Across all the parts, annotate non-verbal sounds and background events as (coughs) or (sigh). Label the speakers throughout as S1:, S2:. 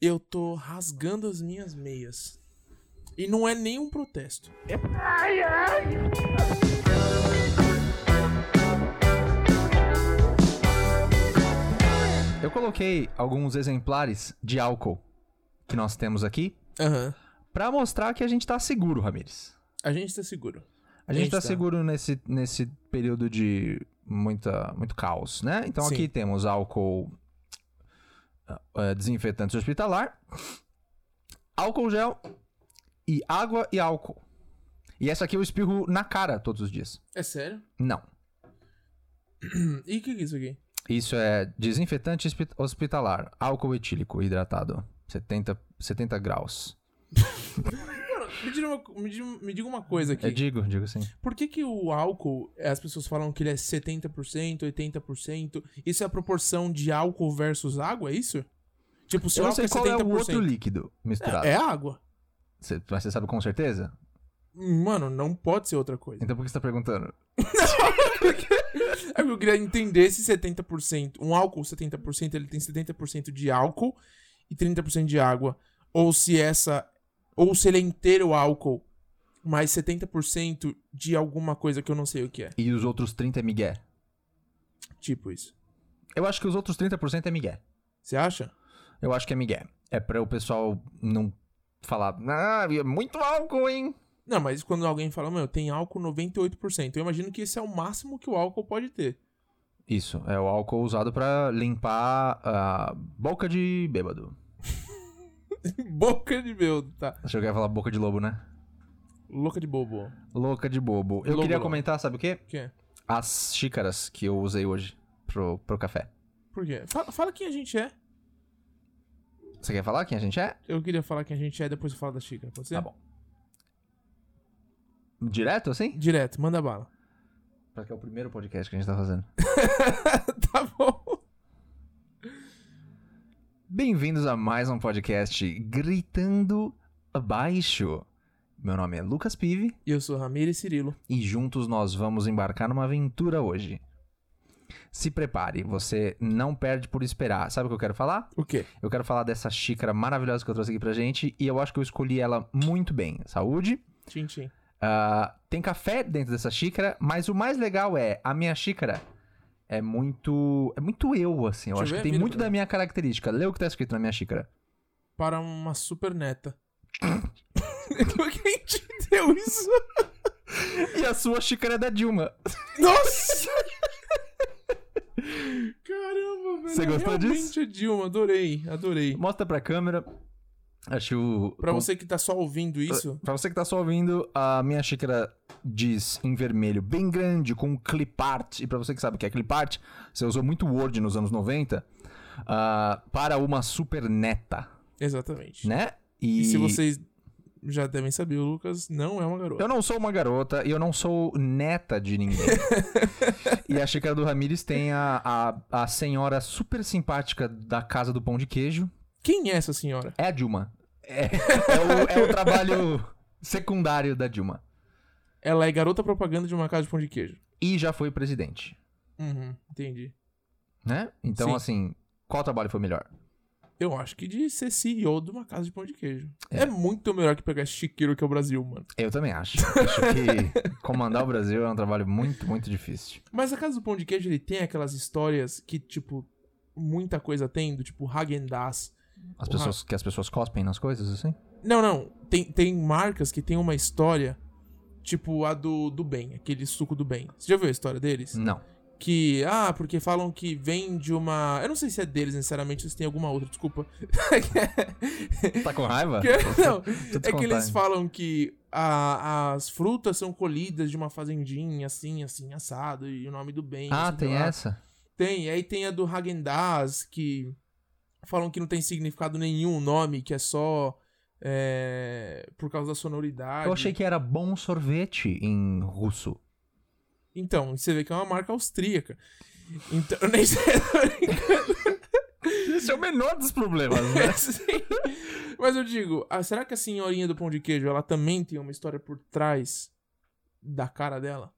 S1: eu tô rasgando as minhas meias. E não é nenhum protesto. É...
S2: Eu coloquei alguns exemplares de álcool que nós temos aqui
S1: Aham.
S2: pra mostrar que a gente tá seguro, Ramires.
S1: A gente tá seguro.
S2: A gente tá seguro nesse, nesse período de muita, muito caos, né? Então
S1: Sim.
S2: aqui temos álcool, ah, ah, desinfetante hospitalar, álcool gel e água e álcool. E essa aqui eu espirro na cara todos os dias.
S1: É sério?
S2: Não.
S1: Hum, E o que, que é isso aqui?
S2: Isso é desinfetante hospi- hospitalar, álcool etílico hidratado, 70, 70 graus.
S1: Cara, me diga uma, co- me diga, me diga uma coisa aqui.
S2: Eu É, digo, digo sim.
S1: Por que, que o álcool, eh, as pessoas falam que ele é 70%, 80%? Isso é a proporção de álcool versus água, é isso? Tipo, se
S2: eu
S1: o
S2: não
S1: álcool
S2: sei
S1: é
S2: qual é
S1: 70%.
S2: o outro líquido misturado.
S1: é água.
S2: Cê- mas você sabe com certeza?
S1: Mano, não pode ser outra coisa.
S2: Então por que você tá perguntando?
S1: É, Eu queria entender se 70%, um álcool 70%, ele tem 70% de álcool e 30% de água. Ou se essa. Ou se ele é inteiro álcool, mas 70% de alguma coisa que eu não sei o que é.
S2: E os outros 30 é migué.
S1: Tipo isso.
S2: Eu acho que os outros 30% é migué.
S1: Você acha?
S2: Eu acho que é migué. É pra o pessoal não falar, ah, é muito álcool, hein?
S1: Não, mas quando alguém fala, meu, tem álcool 98%, eu imagino que esse é o máximo que o álcool pode ter. (laughs)
S2: Isso, é o álcool usado pra limpar a boca de bêbado.
S1: Boca de bêbado, tá?
S2: Achei que eu ia falar boca de lobo, né?
S1: Louca de bobo. é?
S2: Louca de bobo. Eu
S1: Lobo,
S2: queria
S1: lobo.
S2: comentar, sabe o quê?
S1: O quê?
S2: As xícaras que eu usei hoje pro, pro café.
S1: Por quê? Fala, fala quem a gente é.
S2: Você quer falar quem a gente é?
S1: Eu queria falar quem a gente é, depois eu falo da xícara, pode ser?
S2: Tá bom. Direto, assim?
S1: Direto, manda bala. (laughs)
S2: Porque é o primeiro podcast que a gente tá fazendo.
S1: tá bom.
S2: Bem-vindos a mais um podcast Gritando Abaixo. Meu nome é Lucas Pive
S1: E eu sou Ramirez Cirilo.
S2: e juntos nós vamos embarcar numa aventura hoje. Se prepare, você não perde por esperar. Sabe o que eu quero falar?
S1: O quê?
S2: Eu quero falar dessa xícara maravilhosa que eu trouxe aqui pra gente e eu acho que eu escolhi ela muito bem. Saúde.
S1: Tchim, tchim.
S2: Ah, tem café dentro dessa xícara, mas o mais legal é a minha xícara é muito é muito eu assim. Eu
S1: Deixa eu
S2: acho
S1: ver,
S2: que tem
S1: vira
S2: muito
S1: pra
S2: da
S1: mim.
S2: minha característica. Lê o que tá escrito na minha xícara.
S1: Para uma super (laughs) neta. quem te deu isso?
S2: E a sua xícara é da Dilma.
S1: Nossa! Caramba, velho.
S2: Você gostou
S1: Realmente
S2: disso?
S1: é Dilma, adorei, adorei.
S2: Mostra pra câmera. Acho o.
S1: Pra
S2: com-
S1: você que tá só ouvindo isso,
S2: Pra você que tá só ouvindo, a minha xícara diz em vermelho, bem grande, com clip art. E pra você que sabe o que é clip art, você usou muito Word nos anos 90 ah, para uma super neta,
S1: exatamente.
S2: né?
S1: E se vocês já devem saber, o Lucas não é uma garota.
S2: Eu não sou uma garota e eu não sou neta
S1: (laughs)
S2: de ninguém. e a xícara do Ramires tem a, a, a senhora super simpática da Casa do Pão de Queijo.
S1: Quem é essa senhora?
S2: É a Dilma. É, é o, é
S1: (laughs)
S2: o trabalho secundário da Dilma.
S1: Ela é garota propaganda de uma casa de pão de queijo.
S2: E já foi presidente,
S1: Uhum, entendi.
S2: né? Então,
S1: Sim.
S2: assim, qual trabalho foi melhor?
S1: Eu acho que de ser CEO de uma casa de pão de queijo. É, muito melhor que pegar chiqueiro que é o Brasil, mano.
S2: Eu também acho. acho que comandar o Brasil é um trabalho muito, muito difícil.
S1: Mas a casa do pão de queijo, ele tem aquelas histórias que, tipo, muita coisa tem, do tipo Hagendaz.
S2: As
S1: Porra.
S2: pessoas, que as pessoas cospem nas coisas, assim?
S1: Não, não. Tem, tem marcas que tem uma história, tipo a do, do bem, aquele suco do bem. Você já viu a história deles?
S2: Não.
S1: Que, ah, porque falam que vem de uma. Eu não sei se é deles necessariamente, ou se tem alguma outra, desculpa. (laughs)
S2: Tá com raiva?
S1: Que- não,
S2: Tô te
S1: é que eles
S2: contando.
S1: falam que a- as frutas são colhidas de uma fazendinha assim, assim, assado, e o nome do assim, bem.
S2: Ah,
S1: não sei o que
S2: tem
S1: lá.
S2: essa?
S1: Tem, aí tem a do Hagendaz, que falam que não tem significado nenhum o nome, que é só é, por causa da sonoridade.
S2: Eu achei que era bom sorvete em russo.
S1: Então, você vê que é uma marca austríaca. Então, (laughs) eu nem sei.
S2: Esse é o menor dos problemas,
S1: né? Sim. Mas eu digo, ah, será que a senhorinha do pão de queijo, ela também tem uma história por trás da cara dela?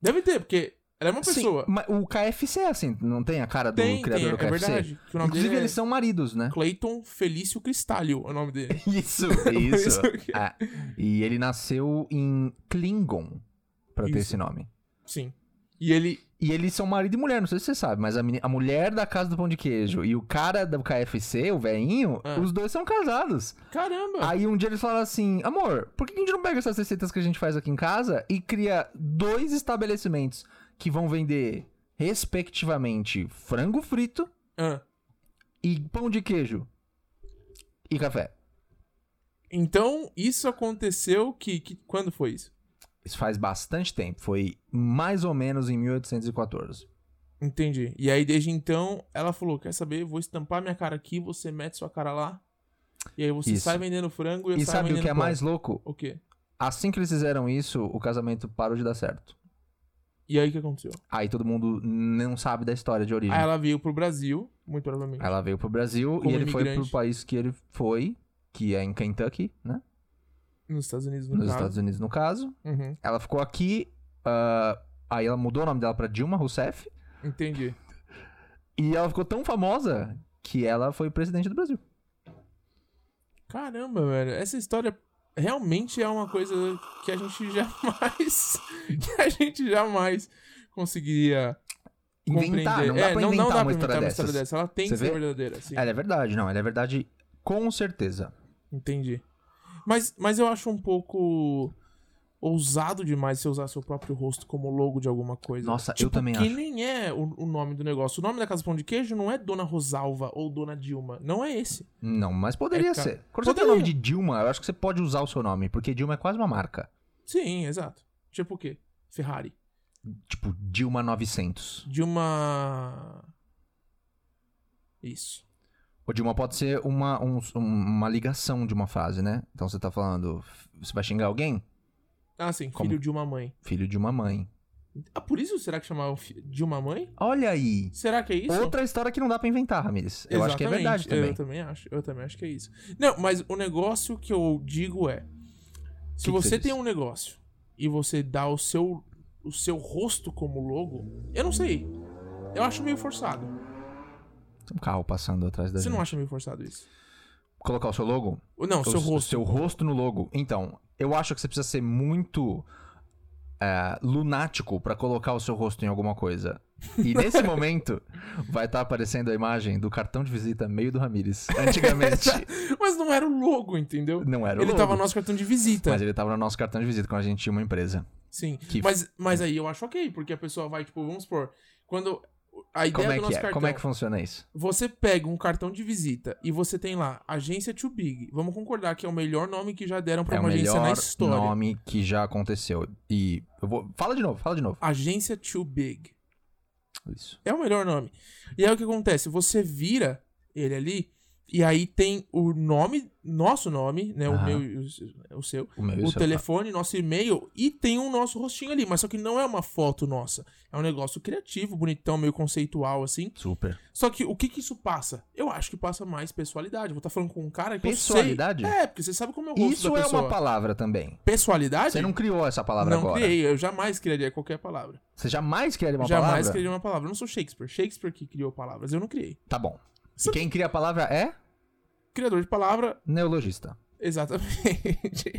S1: Deve ter, porque Ela é uma
S2: (laughs) Sim,
S1: pessoa.
S2: mas o KFC é assim, não tem a cara do
S1: tem, tem,
S2: criador
S1: é
S2: do KFC?
S1: verdade. Que o nome
S2: Inclusive,
S1: dele
S2: eles
S1: é
S2: são maridos, né?
S1: Clayton Felício Cristalho, é o nome dele.
S2: Isso,
S1: (laughs) isso
S2: isso.
S1: que- é.
S2: Ah, e ele nasceu em Klingon, pra ter
S1: Isso.
S2: esse nome.
S1: Sim. E ele,
S2: E eles são marido e mulher, não sei se você sabe, mas a, meni- a mulher da casa do pão de queijo e o cara do KFC, o velhinho,
S1: Ah.
S2: os dois são casados.
S1: caramba.
S2: (laughs) Aí um dia eles falaram assim: amor, por que a gente não pega essas receitas que a gente faz aqui em casa e cria dois estabelecimentos que vão vender, respectivamente, frango frito
S1: Ah.
S2: e pão de queijo e café?
S1: Então, isso aconteceu que, que- Quando foi isso?
S2: Isso faz bastante tempo, foi mais ou menos em 1814.
S1: Entendi. E aí, desde então, ela falou: Quer saber? Vou estampar minha cara aqui, você mete sua cara lá. E aí você tá
S2: Isso.
S1: sai vendendo frango e eu
S2: E
S1: saio
S2: sabe o
S1: vendendo
S2: que é
S1: pão."
S2: mais louco?
S1: O quê?
S2: Assim que eles fizeram isso, o casamento parou de dar certo.
S1: E aí o que aconteceu?
S2: Aí todo mundo não sabe da história de origem.
S1: Aí
S2: Ela,
S1: ela veio pro Brasil, muito provavelmente.
S2: veio pro Brasil
S1: Como
S2: e ele foi pro
S1: imigrante.
S2: país que ele foi, que é em Kentucky, né?
S1: Nos Estados Unidos, no
S2: Nos
S1: caso.
S2: Estados Unidos, no caso.
S1: Uhum.
S2: Ela ficou aqui, ah, aí ela mudou o nome dela pra Dilma Rousseff.
S1: Entendi.
S2: E ela ficou tão famosa que ela foi presidente do Brasil.
S1: Caramba, velho. Essa história realmente é uma coisa que a gente (laughs) jamais. que a gente jamais conseguiria
S2: Inventar,
S1: compreender.
S2: não dá
S1: é,
S2: pra
S1: não,
S2: inventar
S1: não dá
S2: uma
S1: pra
S2: história
S1: inventar uma
S2: dessas.
S1: história dessa. Ela tem
S2: Você
S1: que ser
S2: vê?
S1: verdadeira, sim.
S2: Ela é verdade, não, ela é verdade com certeza.
S1: Entendi. Mas, mas eu acho um pouco ousado demais você usar seu próprio rosto como logo de alguma coisa.
S2: Nossa, eu
S1: Tipo,
S2: também
S1: que
S2: acho.
S1: nem é o, o nome do negócio. O nome da Casa Pão de Queijo não é Dona Rosalva ou Dona Dilma. Não é esse.
S2: Não, mas poderia
S1: É, cara,
S2: ser. Quando você tem o
S1: poderia.
S2: nome de Dilma, eu acho que você pode usar o seu nome, porque Dilma é quase uma marca.
S1: Sim, exato. Tipo o quê? Ferrari.
S2: Tipo, Dilma 900.
S1: Dilma. Isso.
S2: Ou Dilma pode ser uma, um- um- uma ligação de uma frase, né? Então você tá falando, f- você vai xingar alguém?
S1: Ah, sim, filho
S2: Como?
S1: de uma mãe.
S2: Filho de uma mãe.
S1: Ah, por isso será que chamavam fi- de uma mãe?
S2: Olha aí!
S1: Será que é isso?
S2: Outra história que não dá pra inventar, Ramires. Eu acho que é verdade
S1: Exatamente,
S2: também.
S1: Eu também acho, eu também acho que é isso. Não, mas o negócio que eu digo é: se
S2: Que que
S1: você
S2: você
S1: tem
S2: disse?
S1: um negócio e você dá o seu o seu rosto como logo, eu não sei. Eu acho meio forçado.
S2: Tem um carro passando atrás da
S1: Você
S2: gente.
S1: não acha meio forçado isso?
S2: Colocar o seu logo?
S1: Ou Não, seu
S2: O- o
S1: rosto.
S2: Seu rosto no logo. Então, eu acho que você precisa ser muito é, lunático pra colocar o seu rosto em alguma coisa.
S1: (laughs)
S2: E nesse momento, vai estar aparecendo a imagem do cartão de visita meio do Ramires.
S1: (laughs)
S2: Antigamente,
S1: Mas não era o logo, entendeu?
S2: não era o
S1: Ele
S2: logo,
S1: tava no nosso cartão de visita.
S2: mas ele tava no nosso cartão de visita quando a gente tinha uma empresa.
S1: Sim.
S2: Que- é.
S1: Mas, mas aí eu acho ok, porque a pessoa vai, tipo, vamos supor, quando. A ideia
S2: Como é
S1: do nosso
S2: que é?
S1: cartão.
S2: Como é que funciona isso?
S1: Você pega um cartão de visita e você tem lá agência Too Big. Vamos concordar que é o melhor nome que já deram pra
S2: é o
S1: uma agência na
S2: melhor
S1: história.
S2: nome que já aconteceu. E eu vou... Fala de novo, fala de novo.
S1: Ah. Agência Too Big.
S2: Isso.
S1: É o melhor nome. E aí o que acontece? Você vira ele ali e aí tem o nome, nosso nome, né? O
S2: Aham.
S1: meu e o- o seu.
S2: O meu e
S1: o
S2: seu-
S1: telefone, nosso e-mail e tem o nosso rostinho ali, mas só que não é uma foto nossa. É um negócio criativo, bonitão, meio conceitual assim.
S2: Super.
S1: Só que o que que isso passa? Eu acho que passa mais pessoalidade. Vou estar falando com um cara que
S2: Pessoalidade?
S1: eu sei... É, porque você sabe como é o rosto
S2: Isso
S1: da
S2: é
S1: pessoa.
S2: uma palavra também.
S1: Pessoalidade?
S2: Você não criou essa palavra
S1: Não
S2: agora.
S1: criei, eu jamais criaria qualquer palavra.
S2: Você jamais criaria uma
S1: jamais
S2: palavra?
S1: criaria uma palavra. Eu não sou Shakespeare. Shakespeare que criou palavras, eu não criei.
S2: Tá bom. E
S1: Você-
S2: quem cria a palavra é
S1: Criador de palavra, (laughs)
S2: neologista.
S1: exatamente.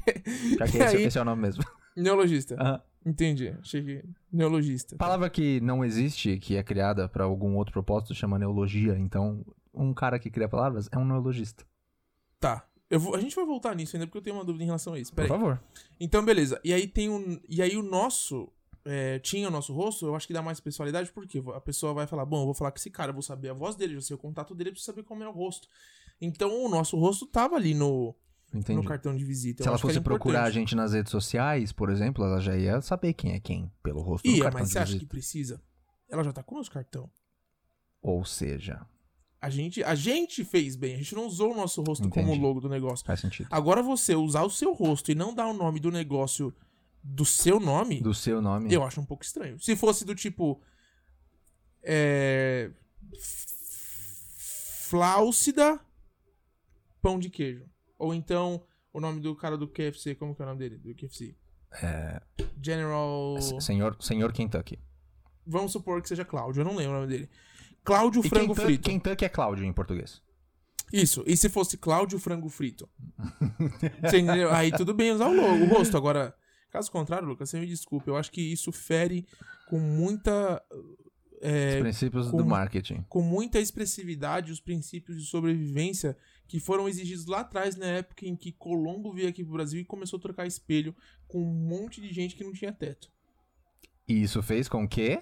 S2: Já
S1: (laughs)
S2: que
S1: E
S2: esse,
S1: aí? Ah.
S2: esse é o nome mesmo.
S1: Neologista.
S2: Aham.
S1: Entendi. Achei que. Neologista.
S2: Palavra que não existe, que é criada pra algum outro propósito, chama neologia. Então, um cara que cria palavras é um neologista.
S1: Tá. Eu vou- A gente vai voltar nisso ainda porque eu tenho uma dúvida em relação a isso. Peraí.
S2: Por favor.
S1: Então, beleza. E aí tem um. E aí o nosso. é, tinha o nosso rosto, eu acho que dá mais pessoalidade, porque a pessoa vai falar, bom, eu vou falar com esse cara, eu vou saber a voz dele, eu sei o contato dele, eu preciso saber como é o rosto. Então o nosso rosto tava ali no,
S2: Entendi.
S1: no cartão de visita. eu
S2: Se ela
S1: acho que era
S2: fosse procurar a
S1: importante.
S2: gente nas redes sociais, por exemplo, ela já ia saber quem é quem pelo rosto do
S1: Ia,
S2: cartão
S1: mas
S2: de
S1: você acha que
S2: visita.
S1: precisa? Ela já tá com o nosso cartão.
S2: Ou seja,
S1: A gente, a gente fez bem, a gente não usou o nosso rosto como
S2: Entendi.
S1: logo do negócio.
S2: faz sentido.
S1: Agora você usar o seu rosto e não dar o nome do negócio do seu nome,
S2: Do seu nome.
S1: Eu acho um pouco estranho. Se fosse do tipo. É. F- Fláucida Pão de Queijo. Ou então o nome do cara do KFC. Como que é o nome dele? Do KFC?
S2: É,
S1: General.
S2: senhor, senhor Kentucky.
S1: Vamos supor que seja Cláudio, eu não lembro o nome dele. Cláudio
S2: E
S1: Frango
S2: Kentucky,
S1: Frito.
S2: Kentucky é Cláudio em português.
S1: Isso. E se fosse Cláudio Frango Frito? Você entendeu? Aí tudo bem usar o, logo, o rosto. Agora, caso contrário, Lucas, você me desculpe. Eu acho que isso fere com muita.
S2: Os
S1: é,
S2: princípios
S1: com-
S2: do marketing.
S1: com muita expressividade os princípios de sobrevivência que foram exigidos lá atrás, na época em que Colombo veio aqui pro Brasil e começou a trocar espelho com um monte de gente que não tinha teto.
S2: E isso fez com que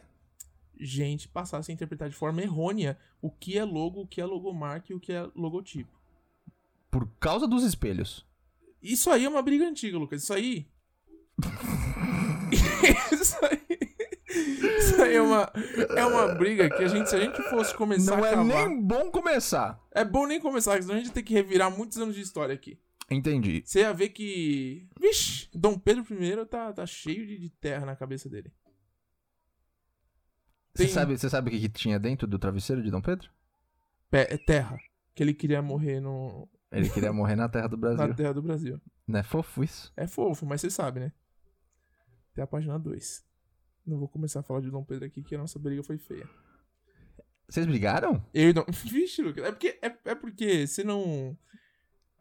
S1: Gente passasse a interpretar de forma errônea o que é logo, o que é logomarca e o que é logotipo.
S2: por causa dos espelhos.
S1: Isso aí é uma briga antiga, Lucas. Isso aí. (laughs) isso aí. Isso aí é uma, é uma briga que a gente, se a gente fosse começar
S2: Não
S1: a
S2: é
S1: cavar.
S2: nem bom começar.
S1: É bom nem começar, senão a gente tem que revirar muitos anos de história aqui.
S2: Entendi.
S1: Você ia ver que. Vixe, Dom Pedro I tá, tá cheio de, de terra na cabeça dele.
S2: Você
S1: Tem-
S2: sabe, você sabe o que, que tinha dentro do travesseiro de Dom Pedro?
S1: Pé, é terra. Que ele queria morrer no,
S2: Ele queria morrer na terra do
S1: na
S2: Brasil.
S1: terra do Brasil.
S2: Não é fofo isso?
S1: É fofo, mas você sabe, né? Até a página 2. Não vou começar a falar de Dom Pedro aqui, que a nossa briga foi feia.
S2: Vocês brigaram?
S1: Eu e Dom. (laughs) Vixe, Lucas. É porque, é, é porque você não.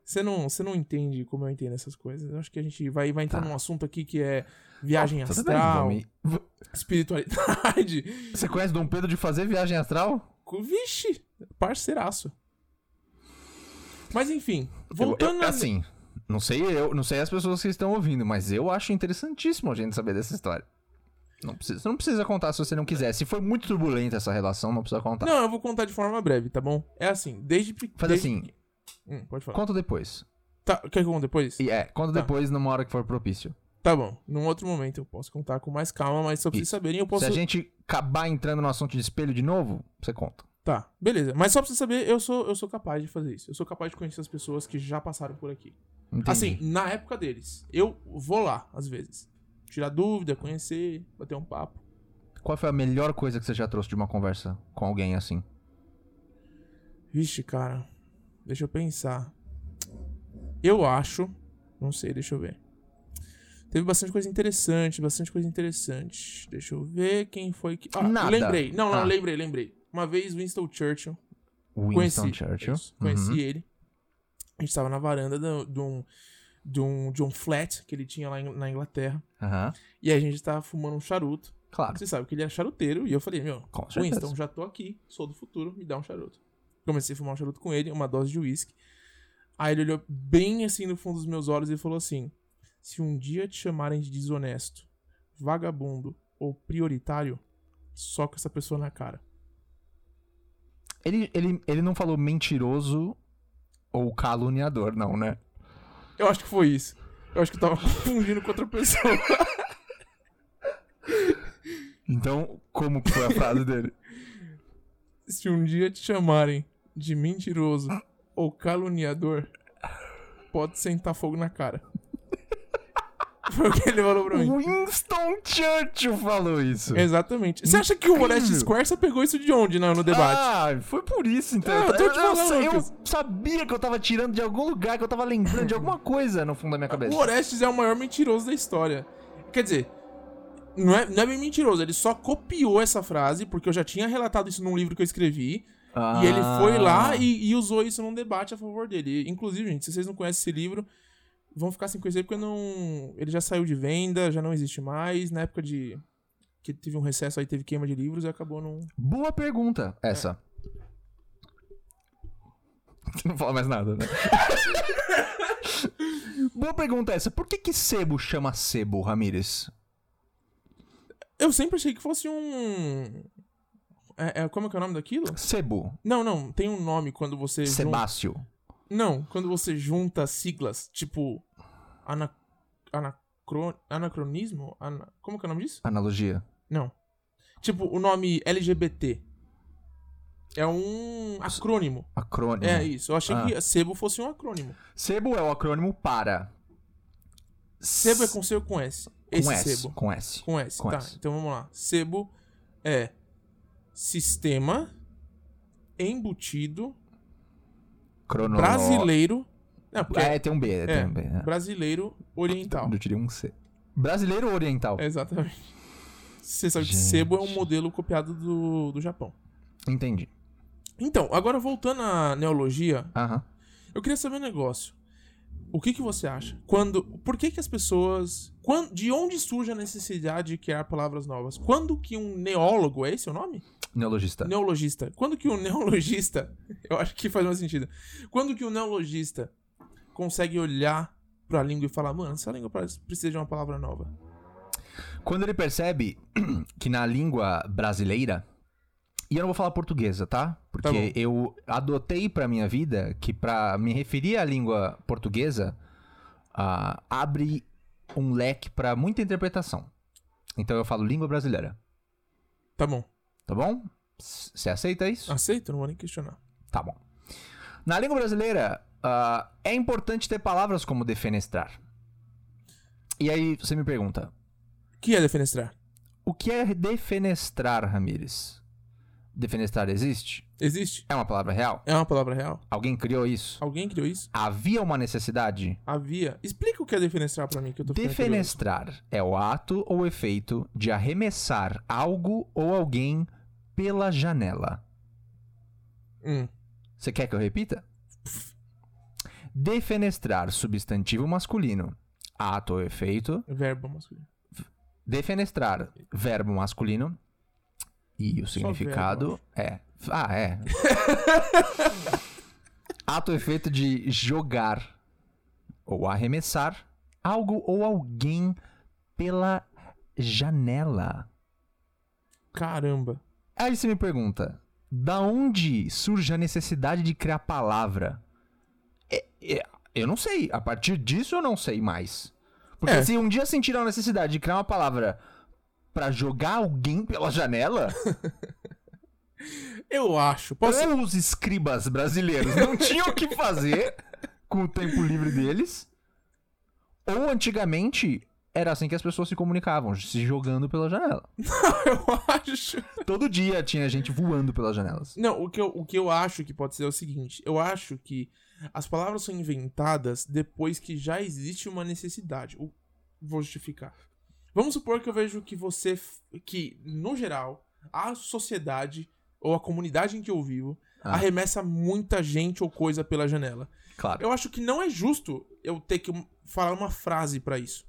S1: Você não, você não entende como eu entendo essas coisas. Eu acho que a gente vai, vai entrar
S2: Tá.
S1: num assunto aqui que é viagem
S2: Tudo bem,
S1: astral,
S2: vamos ir. V-
S1: espiritualidade.
S2: Você conhece Dom Pedro de fazer viagem astral?
S1: Co- Vixe, parceiraço. Mas enfim,
S2: Eu-
S1: voltando
S2: eu,
S1: na-
S2: assim, não sei eu, não sei as pessoas que estão ouvindo, mas eu acho interessantíssimo a gente saber dessa história. Não precisa, você não precisa contar se você não quiser. Se for muito turbulenta essa relação, não precisa contar.
S1: Não, eu vou contar de forma breve, tá bom? É assim, desde pequeno.
S2: tá. Faz assim,
S1: Hum, pode falar.
S2: conta depois.
S1: Tá, quer que eu conte depois?
S2: E é, conta
S1: Tá.
S2: depois numa hora que for propício.
S1: Tá bom. Num outro momento eu posso contar com mais calma, mas só pra vocês
S2: Isso.
S1: saberem, eu posso.
S2: Se a gente acabar entrando no assunto de espelho de novo, você conta.
S1: Tá, beleza. Mas só pra você saber, eu sou, eu sou capaz de fazer isso. Eu sou capaz de conhecer as pessoas que já passaram por aqui.
S2: Entendi.
S1: Assim, na época deles. Eu vou lá, às vezes. Tirar dúvida, conhecer, bater um papo.
S2: Qual foi a melhor coisa que você já trouxe de uma conversa com alguém assim?
S1: Vixe, cara. Deixa eu pensar. Eu acho. Não sei, deixa eu ver. Teve bastante coisa interessante, bastante coisa interessante. Deixa eu ver quem foi que. Ah,
S2: Nada.
S1: lembrei. Não, não,
S2: Ah.
S1: lembrei, lembrei. Uma vez Winston Churchill.
S2: Winston
S1: conheci,
S2: Churchill.
S1: isso, conheci
S2: Uhum.
S1: ele. A gente tava na varanda do- de um, de um, de um flat que ele tinha lá em- na Inglaterra.
S2: Aham.
S1: E aí a gente tava fumando um charuto.
S2: Claro.
S1: Você sabe que ele é charuteiro. E eu falei, meu,
S2: Com certeza.
S1: Winston, já tô aqui, sou do futuro, me dá um charuto. Comecei a fumar um charuto com ele, uma dose de uísque. Aí ele olhou bem assim no fundo dos meus olhos e falou assim: Se um dia te chamarem de desonesto, vagabundo ou prioritário, soca essa pessoa na cara.
S2: Ele, ele, ele não falou mentiroso ou caluniador, não, né?
S1: Eu acho que foi isso. Eu acho que eu tava (laughs) confundindo com outra pessoa.
S2: Então, como que foi a
S1: (laughs)
S2: frase dele?
S1: Se um dia te chamarem de mentiroso ou caluniador, pode sentar fogo na cara. (laughs) Foi o que ele falou pra mim.
S2: Winston Churchill falou isso.
S1: Exatamente. Você acha que o
S2: Incrível.
S1: Orest Square você pegou isso de onde não, no debate?
S2: Ah, foi por isso, então.
S1: Ah, eu tô te falando,
S2: sa- eu
S1: Lucas.
S2: sabia que eu tava tirando de algum lugar, que eu tava lembrando de alguma coisa no fundo da minha cabeça.
S1: o Orestes é o maior mentiroso da história. Quer dizer, não é, não é bem mentiroso, ele só copiou essa frase, porque eu já tinha relatado isso num livro que eu escrevi, e ele foi
S2: Ah.
S1: lá e, e usou isso num debate a favor dele. Inclusive, gente, se vocês não conhecem esse livro, vão ficar sem conhecer, porque não. Ele já saiu de venda, já não existe mais. Na época de. Que teve um recesso aí, teve queima de livros e acabou não.
S2: Boa pergunta,
S1: É.
S2: essa. (laughs) Você não fala mais
S1: (laughs)
S2: nada, né? Boa pergunta essa. Por que que sebo chama sebo, Ramírez?
S1: Eu sempre achei que fosse um. É, é- como é que é o nome daquilo?
S2: Sebo.
S1: Não, não, tem um nome quando você junta.
S2: Sebácio.
S1: Não, quando você junta siglas, tipo. Ana... Anacron... Anacronismo? Ana- Como que é o nome disso?
S2: Analogia.
S1: Não. Tipo, o nome LGBT. É um acrônimo.
S2: Acrônimo.
S1: É isso. Eu achei
S2: Ah.
S1: que sebo fosse um acrônimo.
S2: Sebo é o acrônimo para.
S1: Sebo é com C ou com S? Esse
S2: com S.
S1: sebo.
S2: Com S.
S1: Com S.
S2: Com
S1: tá,
S2: S.
S1: então vamos lá. Sebo é sistema embutido
S2: Crono...
S1: brasileiro. Não, porque é,
S2: É, tem um B. Tem um B né?
S1: brasileiro oriental. É,
S2: Eu tirei um C. Brasileiro oriental.
S1: Exatamente. Você sabe que
S2: Gente.
S1: sebo é um modelo copiado do, do Japão.
S2: Entendi.
S1: Então, agora voltando à neologia,
S2: Aham.
S1: eu queria saber um negócio. O que, que você acha? Quando, por que, que as pessoas. quan- de onde surge a necessidade de criar palavras novas? Quando que um neólogo, é esse o nome?
S2: Neologista.
S1: Neologista. Quando que um (laughs) neologista. Eu acho que faz mais sentido. Quando que um neologista consegue olhar pra língua e falar, mano, essa língua parece- precisa de uma palavra nova?
S2: Quando ele percebe (clears throat) que na língua brasileira. E eu não vou falar portuguesa, tá? Porque
S1: Tá bom.
S2: eu adotei pra minha vida que pra me referir à língua portuguesa ah, abre um leque pra muita interpretação. Então eu falo língua brasileira,
S1: Tá bom.
S2: tá bom? S- Você aceita isso?
S1: Aceito? Não vou nem questionar.
S2: Tá bom. Na língua brasileira, ah, é importante ter palavras como defenestrar. E aí você me pergunta,
S1: O que é defenestrar?
S2: o que é defenestrar, Ramires? Defenestrar existe?
S1: Existe?
S2: É uma palavra real?
S1: É uma palavra real?
S2: Alguém criou isso?
S1: Alguém criou isso?
S2: Havia uma necessidade?
S1: Havia. Explica o que é defenestrar pra mim, que eu tô ficando curioso.
S2: Defenestrar é o ato ou efeito de arremessar algo ou alguém pela janela.
S1: Hum.
S2: Você quer que eu repita? Defenestrar, substantivo masculino. Ato ou efeito.
S1: Verbo masculino.
S2: Defenestrar, verbo masculino. E o significado é. Ah, é. Ato ou efeito de jogar ou arremessar algo ou alguém pela janela.
S1: Caramba.
S2: Aí você me pergunta, da onde surge a necessidade de criar palavra? É- é- eu não sei. A partir disso eu não sei mais. Porque
S1: É.
S2: se um dia sentiram a necessidade de criar uma palavra pra jogar alguém pela janela,
S1: Eu acho. Posso.
S2: ou os escribas brasileiros não tinham o que fazer (laughs) com o tempo livre deles, ou antigamente era assim que as pessoas se comunicavam, se jogando pela janela.
S1: (laughs) eu acho.
S2: Todo dia tinha gente voando pelas janelas.
S1: Não, o que, eu, o que eu acho que pode ser é o seguinte: eu acho que as palavras são inventadas depois que já existe uma necessidade. O- vou justificar. Vamos supor que eu vejo que você. f- que, no geral, a sociedade ou a comunidade em que eu vivo
S2: Ah.
S1: arremessa muita gente ou coisa pela janela.
S2: Claro.
S1: Eu acho que não é justo eu ter que falar uma frase pra isso.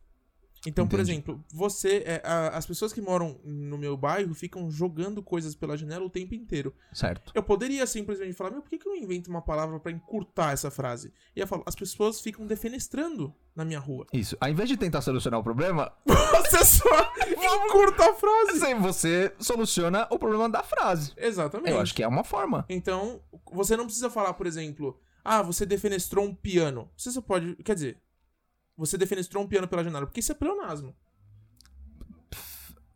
S1: Então, por
S2: Entendi.
S1: exemplo, você. é, a- as pessoas que moram no meu bairro ficam jogando coisas pela janela o tempo inteiro.
S2: Certo.
S1: Eu poderia simplesmente falar, meu, por que, que eu invento uma palavra pra encurtar essa frase? E eu falo, as pessoas ficam defenestrando na minha rua. (laughs)
S2: Isso. Ao invés de tentar solucionar o problema, (laughs)
S1: Você só encurta a frase.
S2: você- você soluciona o problema da frase.
S1: Exatamente.
S2: Eu acho que é uma forma.
S1: Então, você não precisa falar, por exemplo, ah, você defenestrou um piano. Você só pode. Quer dizer, você defenestrou um piano pela janela, porque isso é pleonasmo.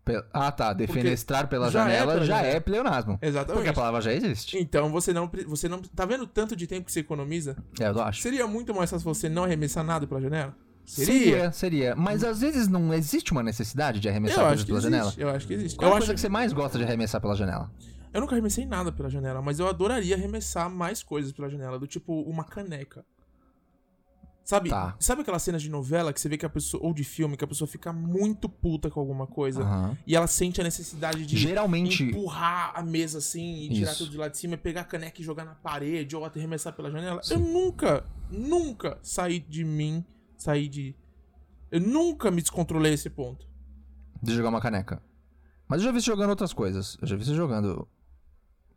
S2: Pe- Ah, tá. Defenestrar pela
S1: já é
S2: janela
S1: pela
S2: já
S1: janela.
S2: é pleonasmo. Porque
S1: Exatamente.
S2: a palavra já existe.
S1: Então você não. pre- Você não. Tá vendo o tanto de tempo que você economiza?
S2: É, eu acho.
S1: Seria muito mais fácil você não arremessar nada pela janela?
S2: Seria, seria. Mas às vezes não existe uma necessidade de arremessar
S1: Eu
S2: coisas
S1: acho que
S2: pela janela.
S1: existe. Eu acho que existe.
S2: Qual é
S1: eu
S2: a
S1: acho
S2: coisa que você mais gosta de arremessar pela janela?
S1: Eu nunca arremessei nada pela janela, mas eu adoraria arremessar mais coisas pela janela, do tipo uma caneca. Sabe,
S2: Tá.
S1: sabe aquelas cenas de novela que você vê que a pessoa, ou de filme, que a pessoa fica muito puta com alguma coisa
S2: Aham.
S1: e ela sente a necessidade de
S2: Geralmente.
S1: empurrar a mesa assim e tirar
S2: Isso.
S1: tudo de lá de cima e pegar a caneca e jogar na parede ou até arremessar pela janela? Eu nunca, nunca saí de mim, saí de. Eu nunca me descontrolei a esse ponto.
S2: De jogar uma caneca. Mas eu já vi você jogando outras coisas. Eu já vi você jogando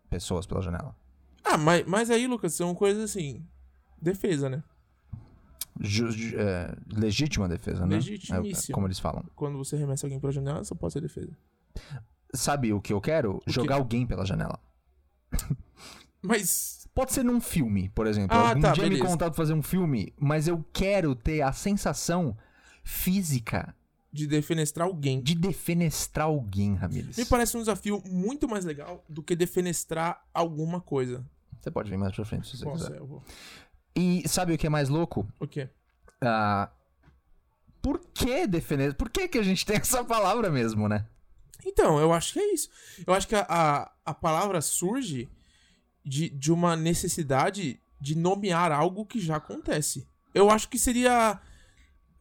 S2: pessoas pela janela.
S1: Ah, mas, mas aí, Lucas, são coisas assim. Defesa, né?
S2: Ju- ju- é, legítima defesa, né? É- é
S1: Legitimíssima.
S2: como eles falam.
S1: quando você remessa alguém pela janela, só pode ser defesa.
S2: Sabe o que eu quero? Jogar alguém pela janela.
S1: Mas.
S2: Pode ser num filme, por exemplo.
S1: Ah,
S2: Algum
S1: tá,
S2: dia me
S1: beleza.
S2: contaram pra fazer um filme, mas eu quero ter a sensação física
S1: De defenestrar alguém.
S2: de defenestrar alguém, Ramires.
S1: Me parece um desafio muito mais legal do que defenestrar alguma coisa.
S2: Você pode vir mais pra frente se você
S1: Nossa,
S2: quiser.
S1: eu vou.
S2: E sabe o que é mais louco?
S1: O quê?
S2: Ah, por que defenestrar? Por que, que a gente tem (laughs) essa palavra mesmo, né?
S1: Então, eu acho que é isso. Eu acho que a, a, a palavra surge de, de uma necessidade de nomear algo que já acontece. Eu acho que seria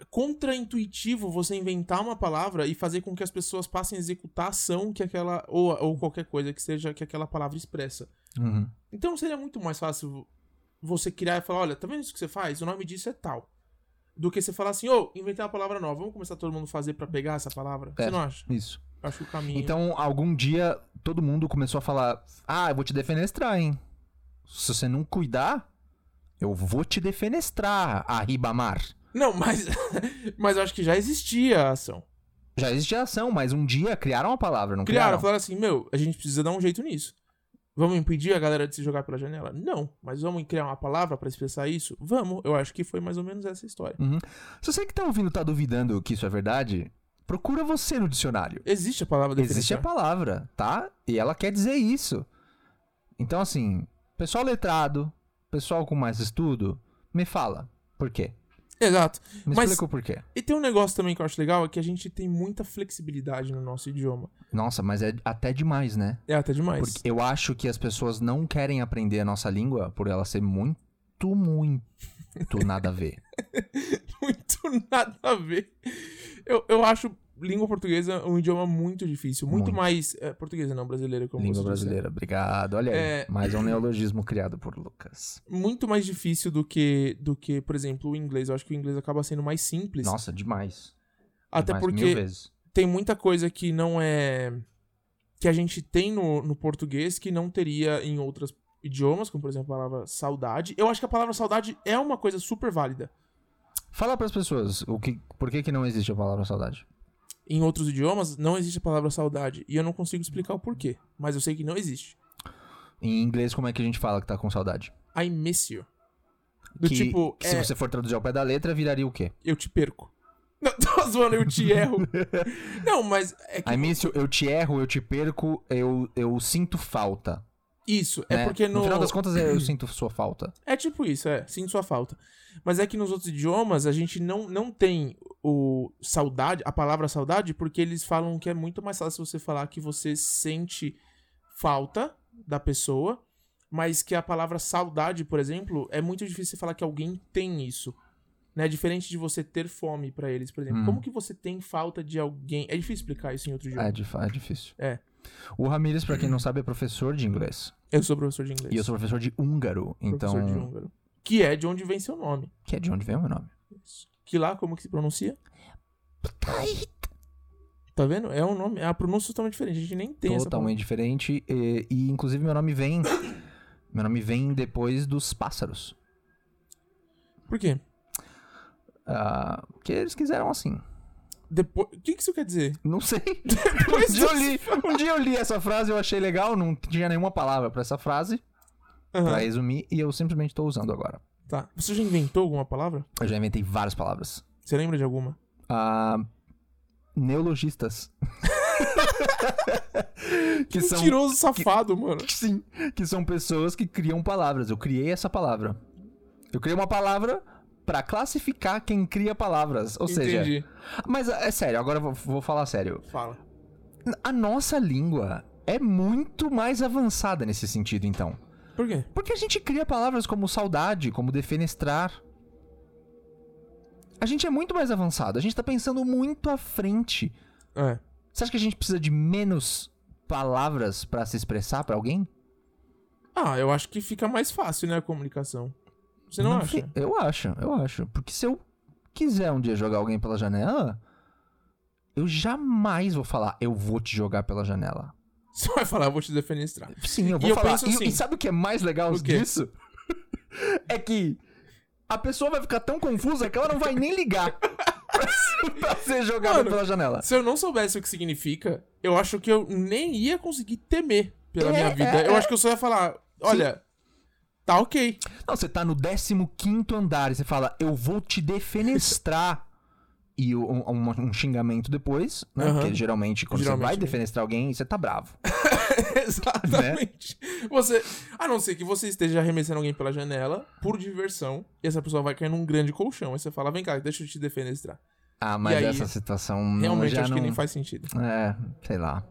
S1: contraintuitivo você inventar uma palavra e fazer com que as pessoas passem a executar a ação que aquela ou, ou qualquer coisa que seja que aquela palavra expressa.
S2: Uhum.
S1: Então seria muito mais fácil você criar e falar, olha, tá vendo isso que você faz? O nome disso é tal. Do que você falar assim, ô, inventei uma palavra nova, vamos começar todo mundo a fazer pra pegar essa palavra?
S2: É.
S1: Você não acha?
S2: Isso.
S1: Eu acho que o caminho.
S2: Então, algum dia, todo mundo começou a falar: Ah, eu vou te defenestrar, hein? Se você não cuidar, eu vou te defenestrar, Arribamar.
S1: Não, mas. (laughs) mas eu acho que já existia a ação.
S2: Já existe a ação, mas um dia criaram a palavra, não
S1: Criaram,
S2: criaram?
S1: falaram assim, meu, a gente precisa dar um jeito nisso. Vamos impedir a galera de se jogar pela janela? Não, mas vamos criar uma palavra pra expressar isso? Vamos, eu acho que foi mais ou menos essa história.
S2: Se você que tá ouvindo tá duvidando que isso é verdade, procura você no dicionário.
S1: Existe a palavra
S2: Existe a
S1: defenestrar.
S2: palavra, tá? E ela quer dizer isso. Então, assim, pessoal letrado, pessoal com mais estudo, me fala por quê.
S1: Exato.
S2: Me
S1: Mas-
S2: explica o porquê.
S1: E tem um negócio também que eu acho legal, é que a gente tem muita flexibilidade no nosso idioma.
S2: Nossa, mas é até demais, né?
S1: É até demais.
S2: Porque eu acho que as pessoas não querem aprender a nossa língua por ela ser muito, muito nada a ver.
S1: (laughs) muito nada a ver. Eu, eu acho língua portuguesa um idioma muito difícil. Muito,
S2: Muito.
S1: mais. É, portuguesa não, brasileira, (laughs) como
S2: língua
S1: você disse, né?
S2: brasileira, obrigado. Olha aí,
S1: É.
S2: mais um neologismo criado por Lucas.
S1: Muito mais difícil do que, do que, por exemplo, o inglês. Eu acho que o inglês acaba sendo mais simples.
S2: Nossa, demais.
S1: até
S2: Demais, Mil
S1: porque
S2: vezes.
S1: tem muita coisa que não é. que a gente tem no, no português que não teria em outros idiomas, como por exemplo a palavra saudade. Eu acho que a palavra saudade é uma coisa super válida.
S2: Fala pras pessoas o que, por que, que não existe a palavra saudade.
S1: Em outros idiomas não existe a palavra saudade. E eu não consigo explicar o porquê. Mas eu sei que não existe.
S2: Em inglês, como é que a gente fala que tá com saudade?
S1: I miss you. Do
S2: que,
S1: tipo,
S2: que se
S1: é,
S2: você for traduzir ao pé da letra, viraria o quê?
S1: eu te perco. (laughs) Não, tô zoando, eu te
S2: (laughs)
S1: erro. não, mas é que
S2: I miss you, eu te erro, eu te perco, eu, eu sinto falta.
S1: isso, é
S2: né?
S1: porque
S2: No
S1: no.
S2: final das contas, é eu sinto sua falta.
S1: É tipo isso, é, sinto sua falta. Mas é que nos outros idiomas a gente não, não tem o saudade, a palavra saudade, porque eles falam que é muito mais fácil você falar que você sente falta da pessoa, mas que a palavra saudade, por exemplo, é muito difícil você falar que alguém tem isso. Né? Diferente de você ter fome pra eles, por exemplo.
S2: Hum.
S1: Como que você tem falta de alguém? É difícil explicar isso em outro idioma.
S2: É, dif- é difícil.
S1: É.
S2: O Ramírez, pra quem não sabe, é professor de inglês.
S1: Eu sou professor de inglês.
S2: É. E eu sou professor de húngaro. Então.
S1: professor de húngaro. Que é de onde vem seu nome.
S2: Que é de onde vem o meu nome.
S1: Que lá, como que se pronuncia? Tá vendo? É um nome, é a pronúncia totalmente diferente. A gente nem tem
S2: Totalmente diferente. E, e, inclusive meu nome vem. (coughs) meu nome vem depois dos pássaros.
S1: essa. palavra. Por quê?
S2: Ah, que eles quiseram assim.
S1: Depois, o que que isso quer dizer?
S2: Não
S1: (laughs)
S2: sei.
S1: Depois
S2: um, dia eu li, um dia eu li essa frase, eu achei legal, não tinha nenhuma palavra pra essa frase,
S1: Aham,
S2: pra resumir, e eu simplesmente tô usando agora.
S1: tá. Você já inventou alguma palavra?
S2: Eu já inventei várias palavras.
S1: Você lembra de alguma?
S2: Ah, neologistas. que são
S1: Mentiroso safado, mano.
S2: Sim, que são pessoas que criam palavras. Eu criei essa palavra. Eu criei uma palavra pra classificar quem cria palavras. Ou seja,
S1: Entendi.
S2: mas é sério, agora eu vou, vou falar sério.
S1: Fala.
S2: A nossa língua é muito mais avançada nesse sentido, então.
S1: Por quê?
S2: Porque a gente cria palavras como saudade, como defenestrar. A gente é muito mais avançado, a gente tá pensando muito à frente.
S1: É.
S2: Você acha que a gente precisa de menos palavras pra se expressar pra alguém?
S1: Ah, eu acho que fica mais fácil, né, a comunicação. Você não, acha?
S2: fi- Eu acho, eu acho. Porque se eu quiser um dia jogar alguém pela janela, eu jamais vou falar, eu vou te jogar pela janela.
S1: Você vai falar, eu vou te defenestrar.
S2: Sim, eu vou
S1: eu
S2: falar.
S1: penso
S2: E-
S1: assim-
S2: e, sabe o que é mais legal
S1: O quê?
S2: disso? (laughs) é que a pessoa vai ficar tão confusa que ela não vai nem ligar (laughs) pra ser jogada
S1: Mano,
S2: pela janela.
S1: Se eu não soubesse o que significa, eu acho que eu nem ia conseguir temer pela
S2: É,
S1: minha vida.
S2: é,
S1: eu
S2: é.
S1: acho que eu só ia falar, olha, tá ok.
S2: Não, você tá no 15 andar e você fala, eu vou te defenestrar. e o- um, um- um xingamento depois, né?
S1: Aham.
S2: Porque geralmente quando
S1: Geralmente,
S2: você vai
S1: né?
S2: defenestrar alguém, você tá bravo.
S1: (laughs) Exatamente. Você, a não ser que você esteja arremessando alguém pela janela por diversão, e essa pessoa vai cair num grande colchão. Aí você fala, vem cá, deixa eu te defenestrar.
S2: Ah, mas
S1: aí,
S2: essa situação não-
S1: Realmente,
S2: já
S1: acho
S2: não...
S1: que nem faz sentido.
S2: É, sei lá.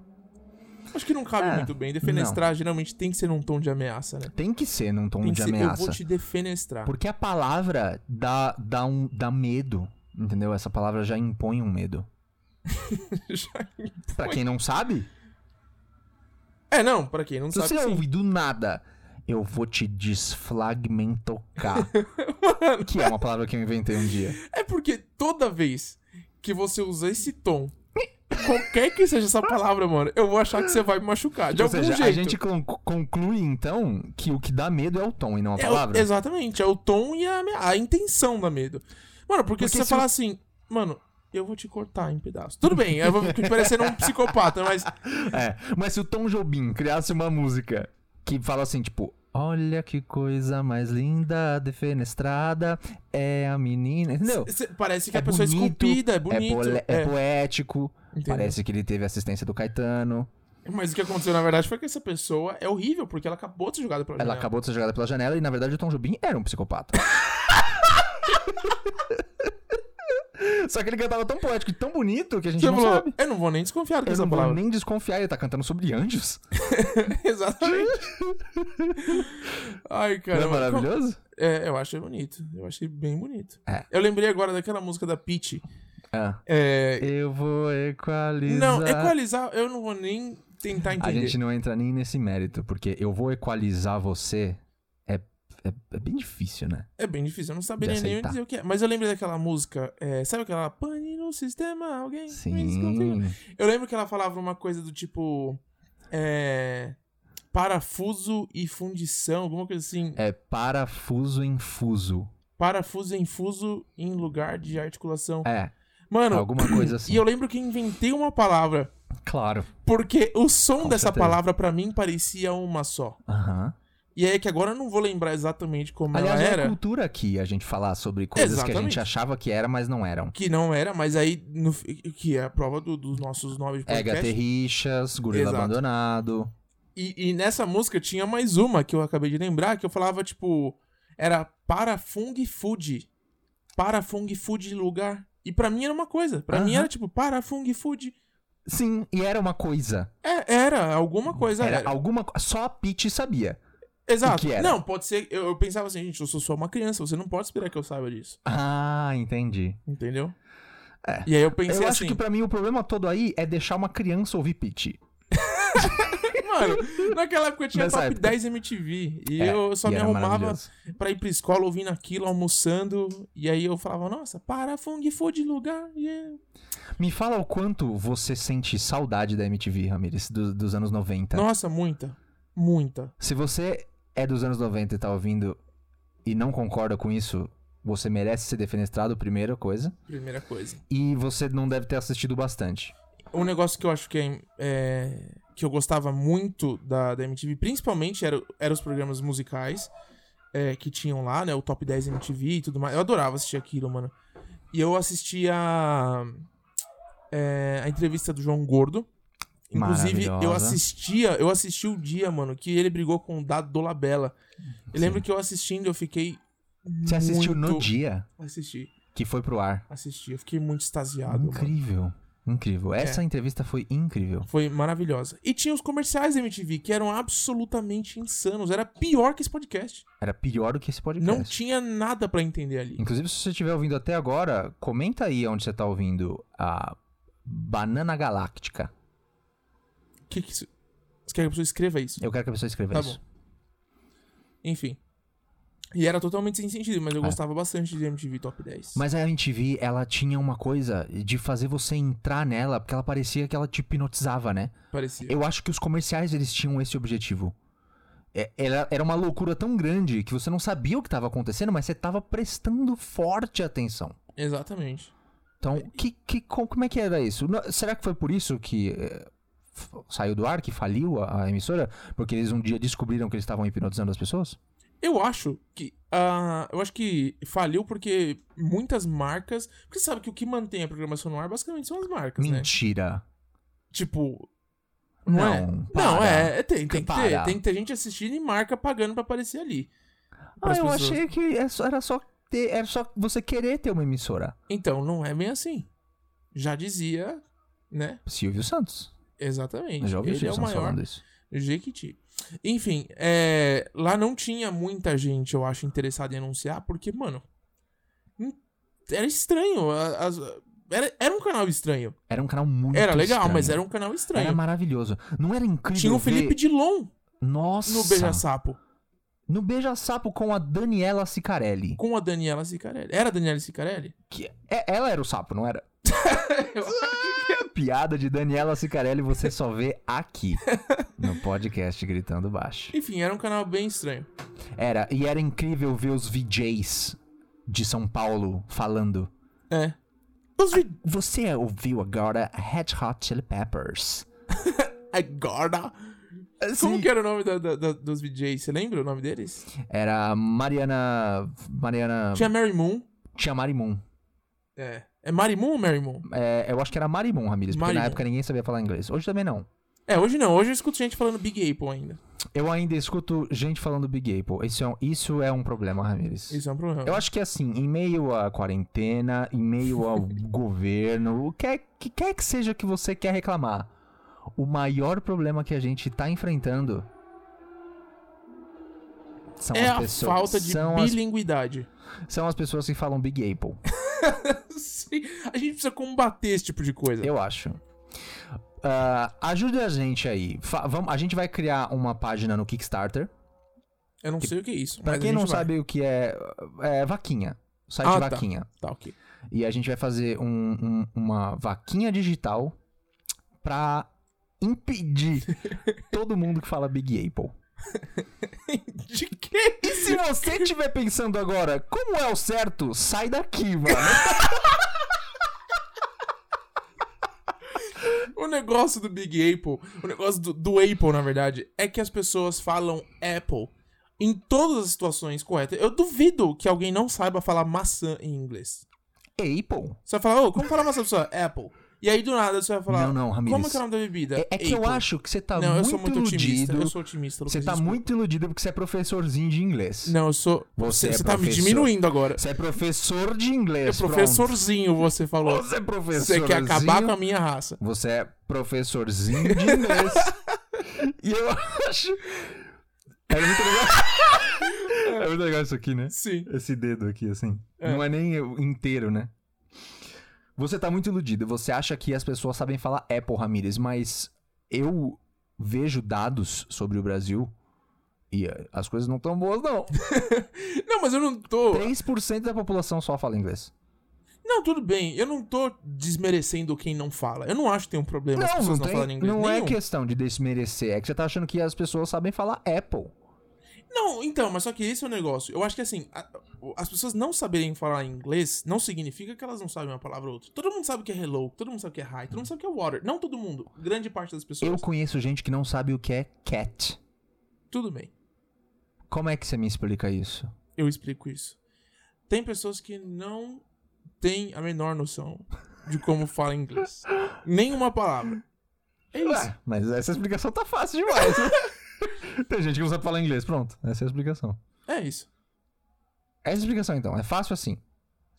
S1: Acho que não cabe
S2: É,
S1: muito bem. Defenestrar geralmente tem que ser num tom de ameaça, né?
S2: Tem que ser num tom
S1: Tem que
S2: Um de
S1: ser, eu
S2: ameaça.
S1: vou te defenestrar.
S2: Porque a palavra dá, dá, um, dá medo. Entendeu? Essa palavra já impõe um medo.
S1: (laughs) Já-
S2: Pra quem não sabe,
S1: É, não, pra quem não
S2: se
S1: sabe.
S2: você
S1: sim.
S2: ouvir do nada, eu vou
S1: (laughs)
S2: te desflagmentocar. que é uma palavra que eu inventei um dia.
S1: É porque toda vez que você usa esse tom, qualquer que seja essa palavra, mano, eu vou achar que você vai me machucar. De
S2: Tipo Ou
S1: algum
S2: seja,
S1: jeito.
S2: a gente con- conclui então que o que dá medo é o tom e não a
S1: É o-
S2: palavra.
S1: exatamente, é o tom e a, me- a intenção da medo. Mano, porque,
S2: Porque
S1: se você
S2: se
S1: falar assim, mano, eu vou te cortar em pedaços. Tudo bem, eu vou ficar parecendo um psicopata,
S2: (laughs)
S1: mas.
S2: É, mas se o Tom Jobim criasse uma música que fala assim, tipo, olha que coisa mais linda, defenestrada, é a menina, entendeu?
S1: cê- parece que
S2: É
S1: a pessoa
S2: bonito,
S1: é esculpida, é bonito.
S2: pole- é poético,
S1: entendeu?
S2: parece que ele teve assistência do Caetano,
S1: Mas o que aconteceu, na verdade, foi que essa pessoa é horrível, porque ela acabou de ser jogada pela
S2: ela
S1: janela.
S2: acabou de ser jogada pela janela e na verdade o Tom Jobim era um psicopata.
S1: (laughs)
S2: Só que ele cantava tão poético e tão bonito que a gente
S1: Você
S2: não
S1: falou,
S2: sabe.
S1: eu não vou nem desconfiar do que
S2: Eu
S1: essa
S2: não vou
S1: palavra.
S2: nem desconfiar, ele tá cantando sobre anjos.
S1: (laughs)
S2: (laughs)
S1: Exatamente. Ai,
S2: Não
S1: cara.
S2: é maravilhoso?
S1: É, eu achei bonito. Eu achei bem bonito.
S2: É.
S1: Eu lembrei agora daquela música da Peach.
S2: Ah.
S1: É,
S2: Eu vou equalizar.
S1: Não, equalizar, eu não vou nem tentar
S2: A
S1: entender.
S2: gente não entra nem nesse mérito, porque eu vou equalizar você é, é, é bem difícil, né?
S1: É bem difícil, eu não saberia
S2: De
S1: nem
S2: aceitar.
S1: dizer o que é. Mas eu lembro daquela música, é, sabe aquela pane no sistema, alguém me desconfia?"
S2: Sim.
S1: Eu lembro que ela falava uma coisa do tipo, é, parafuso e fundição, alguma coisa assim.
S2: É parafuso infuso.
S1: Parafuso e infuso em lugar de articulação.
S2: É,
S1: Mano,
S2: alguma coisa assim.
S1: e eu lembro que inventei uma palavra,
S2: Claro.
S1: porque o som
S2: Com
S1: dessa
S2: certeza.
S1: palavra pra mim parecia uma só.
S2: Aham.
S1: E é que agora eu não vou lembrar exatamente como
S2: Aliás,
S1: ela
S2: é
S1: era.
S2: uma cultura aqui a gente falar sobre coisas que a
S1: Exatamente.
S2: gente achava que era, mas não eram.
S1: Que não era, mas aí, no, que é a prova do- dos nossos nove
S2: Ega
S1: podcasts.
S2: Terrichas, Gorila
S1: Exato.
S2: Abandonado.
S1: E, e nessa música tinha mais uma que eu acabei de lembrar, que eu falava, tipo, era para Fung Food. Para Fung Food lugar. E pra mim era uma coisa. Pra mim
S2: Aham.
S1: era tipo, para Fung Food.
S2: Sim, e era uma coisa.
S1: É, era, alguma coisa
S2: Era,
S1: era.
S2: alguma co- Só a Pete sabia.
S1: Exato.
S2: que era?
S1: Não, pode ser. Eu, eu pensava assim, gente, eu sou só uma criança, você não pode esperar que eu saiba disso.
S2: Ah, entendi.
S1: Entendeu?
S2: É.
S1: E aí eu pensei
S2: eu acho
S1: assim,
S2: que pra mim o problema todo aí é deixar uma criança ouvir Pete. (laughs)
S1: mano, naquela época eu tinha
S2: Nessa
S1: top
S2: época.
S1: 10 MTV. E
S2: É,
S1: eu só
S2: e
S1: me
S2: era
S1: arrumava
S2: maravilhoso.
S1: pra ir pra escola ouvindo aquilo, almoçando. E aí eu falava, nossa, para Fung Fu de lugar. é" yeah."
S2: Me fala o quanto você sente saudade da MTV, Ramirez, do- dos anos 90.
S1: Nossa, muita. Muita.
S2: Se você é dos anos 90 e tá ouvindo e não concorda com isso, você merece ser defenestrado, primeira coisa.
S1: Primeira coisa.
S2: E você não deve ter assistido bastante.
S1: Um negócio que eu acho que é. é, que eu gostava muito da, da MTV, principalmente eram era os programas musicais é, que tinham lá, né? O Top 10 MTV e tudo mais. Eu adorava assistir aquilo, mano. E eu assistia é, a entrevista do João Gordo. Inclusive, eu
S2: Maravilhosa.
S1: assistia, eu assisti o dia, mano, que ele brigou com o Dado Dolabella. Eu lembro que eu assistindo, eu fiquei.
S2: Você assistiu no
S1: muito-
S2: dia
S1: Assisti,
S2: que foi pro ar.
S1: assisti. Eu fiquei muito extasiado, mano. É.
S2: Incrível. Incrível. Essa entrevista foi incrível.
S1: Foi maravilhosa. E tinha os comerciais da MTV, que eram absolutamente insanos. Era pior que esse podcast.
S2: Era pior do que esse podcast.
S1: Não tinha nada pra entender ali.
S2: Inclusive, se você estiver ouvindo até agora, comenta aí onde você tá ouvindo a Banana Galáctica.
S1: O que que isso... Você quer que a pessoa escreva isso?
S2: Eu quero que a pessoa escreva
S1: Tá
S2: isso.
S1: Enfim. E era totalmente sem sentido, mas eu
S2: É.
S1: gostava bastante de MTV Top 10.
S2: Mas a MTV, ela tinha uma coisa de fazer você entrar nela, porque ela parecia que ela te hipnotizava, né?
S1: Parecia.
S2: Eu acho que os comerciais, eles tinham esse objetivo. É, Era, era uma loucura tão grande que você não sabia o que estava acontecendo, mas você estava prestando forte atenção.
S1: Exatamente.
S2: Então, que, que, co- como é que era isso? Não- será que foi por isso que eh, f- saiu do ar, que faliu a, a emissora? Porque eles um dia descobriram que eles estavam hipnotizando as pessoas?
S1: Eu acho que. ah, eu acho que faliu porque muitas marcas. Porque você sabe que o que mantém a programação no ar basicamente são as marcas, né?
S2: Mentira.
S1: Tipo. Não, é?
S2: Não,
S1: Não,
S2: para.
S1: é. é, Tem, tem que
S2: Para.
S1: ter. Tem que ter gente assistindo e marca pagando pra aparecer ali.
S2: Ah,
S1: pras
S2: eu
S1: pessoas.
S2: achei que é só- era só ter, era só você querer ter uma emissora.
S1: Então, não é bem assim. Já dizia, né?
S2: Silvio Santos.
S1: Exatamente.
S2: Eu já ouvi o
S1: Ele é
S2: Silvio
S1: o
S2: Santos
S1: maior
S2: falando isso.
S1: Jequiti. Enfim, é, lá não tinha muita gente, eu acho, interessada em anunciar, porque, mano, hum, era estranho. a- as- era, era um canal estranho.
S2: Era um canal muito
S1: Era legal,
S2: estranho.
S1: mas era um canal estranho.
S2: Era maravilhoso. Não era incrível
S1: Tinha o
S2: ver-
S1: Felipe Dilon
S2: Nossa.
S1: no Beija Sapo
S2: No Beija-Sapo com a Daniela Sicarelli.
S1: com a Daniela Sicarelli. Era a Daniela Sicarelli?
S2: (laughs) Que... é- ela era o sapo, não era?
S1: Eu
S2: A piada de Daniela Sicarelli você só vê aqui. No podcast Gritando Baixo.
S1: Enfim, era um canal bem estranho.
S2: Era. E era incrível ver os VJs de São Paulo falando.
S1: É. Os vi-
S2: Você ouviu agora Red Hot Chili Peppers.
S1: Agora. É, Como que era o nome da- da- da- dos VJs? Você lembra o nome deles?
S2: Era Mariana. Mariana.
S1: Tinha Mary Moon.
S2: Tinha Marimun.
S1: É. É Mary Moon ou Mary Moon?
S2: É, eu acho que era Marimun, Ramírez, porque
S1: Marimun.
S2: na época ninguém sabia falar inglês. Hoje também não.
S1: É, hoje não. Hoje eu escuto gente falando Big Apple ainda.
S2: Eu ainda escuto gente falando Big Apple. Isso é um, isso é um problema, Ramírez.
S1: Isso é um problema.
S2: Eu acho que assim, em meio à quarentena, em meio
S1: (laughs)
S2: ao governo, o que é que, quer que seja que você quer reclamar, o maior problema que a gente tá enfrentando são
S1: É
S2: as
S1: a
S2: pessoas.
S1: falta de
S2: são, as,
S1: bilinguidade. (laughs)
S2: são as pessoas que falam Big Apple.
S1: Sim, A gente precisa combater esse tipo de coisa.
S2: Eu acho. Ah, ajude a gente aí. Fa- vamos, a gente vai criar uma página no Kickstarter.
S1: Eu não sei o que é isso.
S2: Pra
S1: mas a
S2: quem
S1: gente
S2: não
S1: vai.
S2: sabe o que é, é vaquinha. Site
S1: Ah, tá.
S2: vaquinha.
S1: Tá, ok. (laughs)
S2: E a gente vai fazer um- um- uma vaquinha digital pra
S1: (laughs)
S2: impedir todo mundo que fala Big Apple.
S1: De é quê?
S2: E se você estiver pensando agora, como é o certo, sai
S1: (laughs)
S2: daqui, mano.
S1: O negócio do Big Apple, o negócio do, do Apple, na verdade, é que as pessoas falam Apple em todas as situações corretas. Eu duvido que alguém não saiba falar maçã em inglês.
S2: É Apple?
S1: Você vai falar, ô, como falar maçã pra pessoa? Apple. E aí, do nada, você vai falar,
S2: Não, não, Ramires.
S1: como é que é o nome da bebida?
S2: É, é que eu
S1: Apple."
S2: acho que você tá
S1: Não, eu
S2: muito,
S1: sou muito otimista.
S2: iludido.
S1: Eu sou otimista, Lucas.
S2: Você tá
S1: desculpa.
S2: muito iludido porque você é professorzinho de inglês.
S1: Não, eu sou. Você,
S2: Você é
S1: você tá me
S2: professor.
S1: diminuindo agora.
S2: Você é professor de
S1: É
S2: inglês.
S1: professorzinho, você
S2: pronto.
S1: falou.
S2: Você é
S1: Você
S2: professorzinho.
S1: quer acabar com a minha raça.
S2: Você é professorzinho de inglês. e eu (laughs) acho. É muito legal.
S1: (laughs)
S2: é muito legal isso aqui, né?
S1: (laughs) Sim.
S2: Esse dedo aqui, assim.
S1: É.
S2: Não é nem o inteiro, né? Você tá muito iludido. Você acha que as pessoas sabem falar Apple, Ramírez, mas eu vejo dados sobre o Brasil e eh, as coisas não tão
S1: (laughs)
S2: boas, não.
S1: Não, mas eu não tô.
S2: 3% da população só fala inglês.
S1: Não, tudo bem. Eu não tô desmerecendo quem não fala. Eu não acho que tem um problema as
S2: Não, não,
S1: pessoas não,
S2: tem,
S1: falarem inglês.
S2: não é
S1: nenhum.
S2: questão de desmerecer. É que você tá achando que as pessoas sabem falar Apple.
S1: Não, então, mas só que esse é o negócio. Eu acho que assim, a- as pessoas não saberem falar inglês não significa que elas não sabem uma palavra ou outra. Todo mundo sabe o que é hello, todo mundo sabe o que é hi, todo mundo sabe o que é water. Não todo mundo. Grande parte das pessoas.
S2: Eu conheço gente que não sabe o que é cat.
S1: Tudo bem.
S2: Como é que você me explica isso?
S1: Eu explico isso. Tem pessoas que não têm a menor noção de como fala inglês. Nenhuma palavra. É isso.
S2: Ué, mas essa explicação tá fácil demais. né? Tem gente que não sabe falar inglês. Pronto, essa é a explicação.
S1: É isso.
S2: Essa é a explicação, então. É fácil assim.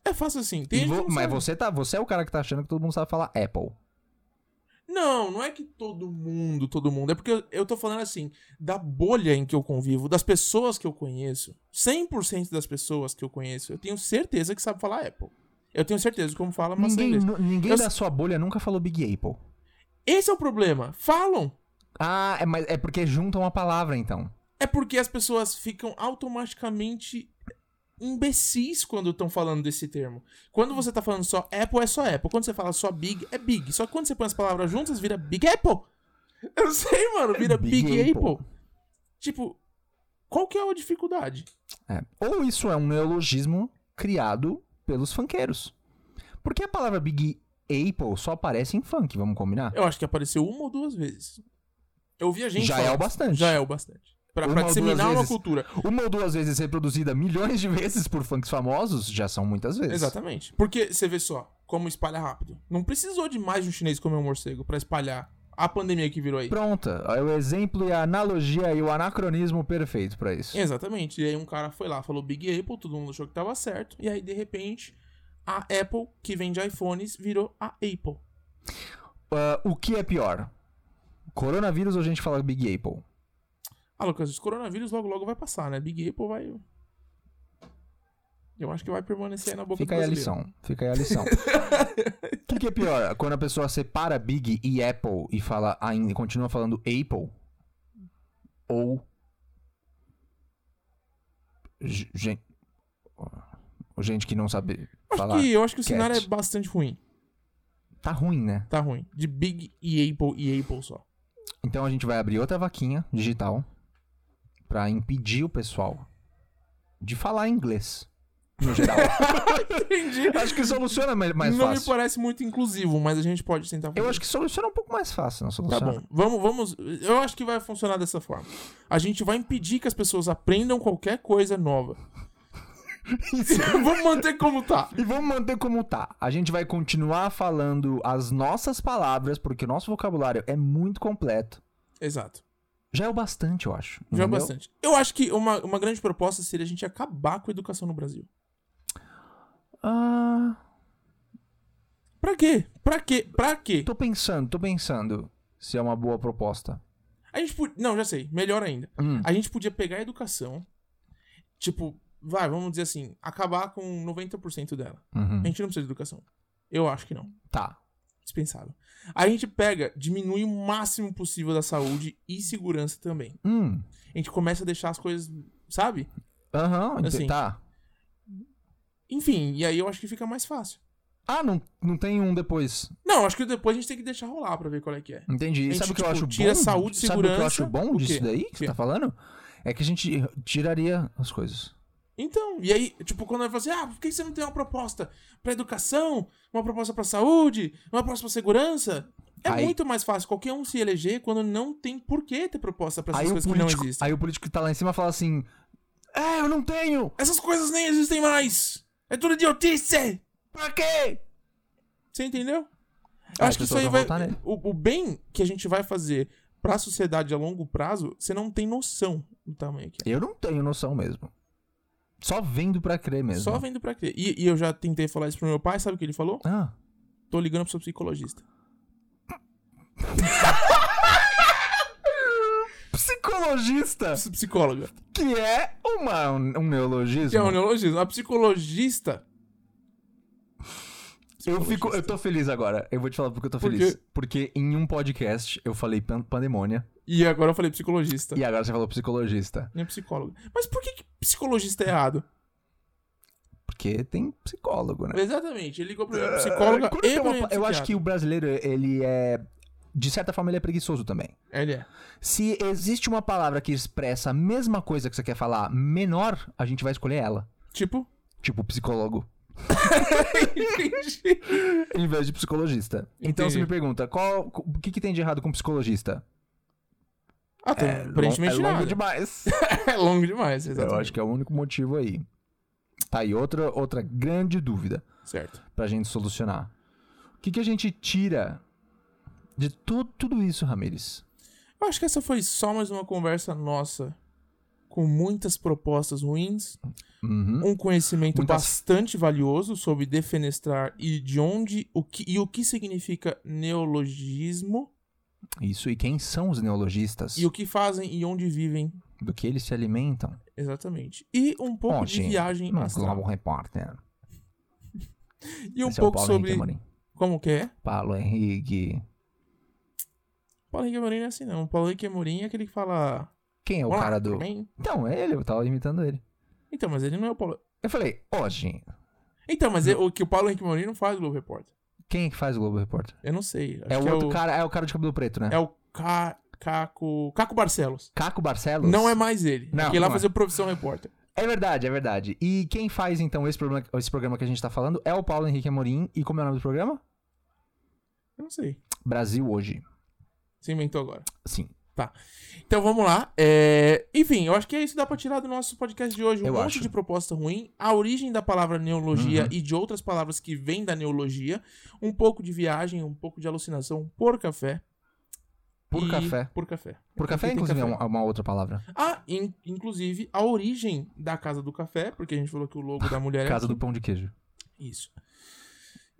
S1: É fácil assim.
S2: E
S1: Tem gente
S2: vo-
S1: que não
S2: mas
S1: sabe.
S2: você, tá, você é o cara que tá achando que todo mundo sabe falar Apple.
S1: Não, não é que todo mundo, todo mundo. É porque eu, eu tô falando assim, da bolha em que eu convivo, das pessoas que eu conheço. 100% das pessoas que eu conheço, eu tenho certeza que sabe falar Apple. Eu tenho certeza de como fala maçã em
S2: Ninguém,
S1: inglês.
S2: nu- ninguém
S1: Eu
S2: da sua bolha nunca falou Big Apple.
S1: Esse é o problema. Falam.
S2: Ah, é, mas é porque juntam a palavra, então.
S1: É porque as pessoas ficam automaticamente imbecis quando estão falando desse termo. Quando você tá falando só Apple, é só Apple. Quando você fala só Big, é Big. Só que quando você põe as palavras juntas, vira Big Apple. Eu não sei, mano. Vira
S2: Big
S1: Big,
S2: Apple.
S1: Apple. Tipo, qual que é a dificuldade?
S2: É. Ou isso é um neologismo criado pelos funkeiros. Porque a palavra Big Apple só aparece em funk, vamos combinar?
S1: Eu acho que apareceu uma ou duas vezes. Eu vi a gente
S2: Já
S1: falar
S2: é o
S1: isso.
S2: bastante.
S1: Já é o bastante. Pra,
S2: Uma
S1: pra
S2: ou duas
S1: disseminar uma
S2: vezes.
S1: cultura.
S2: Uma ou duas vezes reproduzida milhões de vezes por funks famosos já são muitas vezes.
S1: Exatamente. Porque você vê só como espalha rápido. Não precisou de mais de um chinês comer um morcego pra espalhar a pandemia que virou aí.
S2: Pronta, é o exemplo e a analogia e o anacronismo perfeito pra isso.
S1: Exatamente. E aí um cara foi lá, falou Big Apple, todo mundo achou que tava certo. E aí, de repente, a Apple, que vende iPhones, virou a Apple.
S2: Ah, o que é pior? Coronavírus ou a gente fala Big Apple?
S1: Ah, Lucas, esse coronavírus logo logo vai passar, né? Big Apple vai. Eu acho que vai permanecer aí na boca
S2: Fica
S1: do
S2: aí a
S1: brasileiro.
S2: lição. Fica aí
S1: (laughs)
S2: a lição. O que, que é pior? Quando a pessoa separa Big e Apple e fala ainda, continua falando Apple? Ou. G- Gente. Gente que não sabe
S1: Acho
S2: falar.
S1: que, eu acho que o
S2: cat.
S1: cenário é bastante ruim.
S2: Tá ruim, né?
S1: Tá ruim. De Big e Apple e Apple só. (laughs)
S2: Então a gente vai abrir outra vaquinha digital pra impedir o pessoal de falar inglês.
S1: (laughs)
S2: No geral.
S1: Entendi.
S2: acho que soluciona mais mais
S1: não
S2: fácil.
S1: me parece muito inclusivo, mas a gente pode tentar fazer.
S2: Eu acho que soluciona um pouco mais fácil, não
S1: Tá
S2: soluciona?
S1: bom. Vamos, vamos. Eu acho que vai funcionar dessa forma. A gente vai impedir que as pessoas aprendam qualquer coisa nova. (laughs) vamos manter como tá.
S2: E vamos manter como tá. A gente vai continuar falando as nossas palavras, porque o nosso vocabulário é muito completo.
S1: Exato.
S2: Já é o bastante, eu acho.
S1: Já é
S2: entendeu?
S1: bastante. Eu acho que uma, uma grande proposta seria a gente acabar com a educação no Brasil.
S2: Ah,
S1: Pra quê? Pra quê? Pra quê?
S2: tô pensando, tô pensando se é uma boa proposta.
S1: A gente podia. Não, já sei. Melhor ainda.
S2: Hum.
S1: A gente podia pegar a educação. Tipo, vai, vamos dizer assim, acabar com 90% dela.
S2: Uhum.
S1: A gente não precisa de educação. Eu acho que não.
S2: Tá.
S1: Dispensável. A gente pega, diminui o máximo possível da saúde e segurança também.
S2: Hum.
S1: A gente começa a deixar as coisas, sabe?
S2: Aham, ente-
S1: Assim.
S2: tá.
S1: Enfim, e aí eu acho que fica mais fácil.
S2: Ah, não, não tem um depois.
S1: Não, acho que depois a gente tem que deixar rolar pra ver qual é que é.
S2: Entendi.
S1: A
S2: E
S1: gente,
S2: sabe o que eu
S1: tipo,
S2: acho
S1: tira
S2: bom?
S1: saúde,
S2: sabe o que eu
S1: segurança,
S2: acho bom
S1: o quê?
S2: disso daí que você
S1: Quê?
S2: tá falando? É que a gente tiraria as coisas.
S1: Então, e aí, tipo, quando ela fala assim, ah, por que você não tem uma proposta pra educação, uma proposta pra saúde, uma proposta pra segurança? É
S2: Aí-
S1: muito mais fácil qualquer um se eleger quando não tem por que ter proposta pra essas
S2: Aí o,
S1: coisas que não
S2: político,
S1: existem.
S2: aí o político que tá lá em cima fala assim: É, eu não tenho!
S1: Essas coisas nem existem mais! É tudo idiotice!
S2: Pra quê?
S1: Você entendeu? Eu
S2: Aí É, as
S1: acho que isso
S2: pessoas
S1: aí
S2: vão
S1: vai.
S2: né? votar nele.
S1: O, o bem que a gente vai fazer pra sociedade a longo prazo, você não tem noção do tamanho que é.
S2: Eu não tenho noção mesmo. Só vendo pra crer mesmo.
S1: Só vendo pra quê? E, e eu já tentei falar isso pro meu pai, sabe o que ele falou?
S2: Ah,
S1: Tô ligando pro seu
S2: (laughs)
S1: psicologista.
S2: psicologista,
S1: Ps- Psicóloga.
S2: que é uma, um neologismo.
S1: Que é um neologismo. A psicologista.
S2: eu, fico, eu tô feliz agora. Eu vou te falar porque eu tô
S1: Por
S2: feliz.
S1: quê?
S2: Porque em um podcast eu falei pan- pandemônia
S1: E agora eu falei psicologista.
S2: e agora você falou psicologista.
S1: Não é psicóloga. Mas por que, que psicologista é errado?
S2: Porque tem psicólogo, né?
S1: Exatamente. Ele ligou pra É, psicóloga
S2: É, Quando
S1: e
S2: tem uma
S1: pra
S2: pa- eu acho que o brasileiro, ele é. De certa forma, ele é preguiçoso também.
S1: psiquiatra. Ele é.
S2: Se existe uma palavra que expressa a mesma coisa que você quer falar menor, a gente vai escolher ela.
S1: Tipo. (laughs)
S2: (laughs) Tipo psicólogo.
S1: Entendi.
S2: Em vez de psicologista. Então
S1: Entendi.
S2: você me pergunta, qual, o que, que tem de errado com psicologista?
S1: Até,
S2: lon-
S1: aparentemente
S2: é longo
S1: nada.
S2: demais.
S1: É longo demais,
S2: Eu
S1: (laughs) exatamente.
S2: acho que é o único motivo aí. Tá aí outra, outra grande dúvida
S1: Certo.
S2: pra gente solucionar. O que, que a gente tira de tu, tudo isso, Ramires?
S1: Eu acho que essa foi só mais uma conversa nossa. Com muitas propostas ruins,
S2: Uhum.
S1: um conhecimento
S2: Muitas-
S1: bastante valioso sobre defenestrar e de onde o que, e o que significa neologismo
S2: Isso, e quem são os neologistas?
S1: e o que fazem e onde vivem
S2: Do que eles se alimentam?
S1: Exatamente. E um pouco de
S2: Ontem,
S1: viagem
S2: no
S1: astral.
S2: Globo Repórter.
S1: E um
S2: Esse é o
S1: pouco
S2: Paulo
S1: sobre
S2: Henrique Amorim.
S1: como que é.
S2: Paulo Henrique.
S1: Paulo Henrique Amorim não é assim, não. O Paulo Henrique Amorim é aquele que fala...
S2: Quem é o
S1: "Olá,
S2: cara
S1: tudo
S2: do.
S1: bem?"
S2: Então, é ele, eu tava imitando ele.
S1: Então, mas ele não é o Paulo...
S2: Eu falei, hoje,
S1: Então, mas é o que o Paulo Henrique Amorim não faz o Globo Repórter.
S2: quem é que faz o Globo Repórter?
S1: Eu não sei. Acho
S2: É o
S1: que
S2: outro cara, é o cara de cabelo preto, né?
S1: É o Ca... Caco... Caco Barcelos.
S2: Caco Barcelos?
S1: Não é mais ele.
S2: Não,
S1: Não, que lá
S2: não é.
S1: fazer Profissão Repórter.
S2: É verdade, é verdade. E quem faz, então, esse programa, esse programa que a gente tá falando é o Paulo Henrique Amorim. E como é o nome do programa?
S1: Eu não sei.
S2: Brasil Hoje.
S1: Você inventou agora.
S2: Sim.
S1: Então vamos lá. É, Enfim, eu acho que é isso que dá pra tirar do nosso podcast de hoje. Um
S2: Eu
S1: monte
S2: acho.
S1: de proposta ruim, a origem da palavra neologia
S2: Uhum.
S1: e de outras palavras que vêm da neologia, um pouco de viagem, um pouco de alucinação por café.
S2: Por
S1: E-
S2: café.
S1: Por café.
S2: Por café,
S1: Tem
S2: inclusive,
S1: café.
S2: é uma, uma outra palavra.
S1: Ah, in- inclusive a origem da Casa do Café, porque a gente falou que o logo da mulher é.
S2: Casa do Pão de Queijo.
S1: Isso.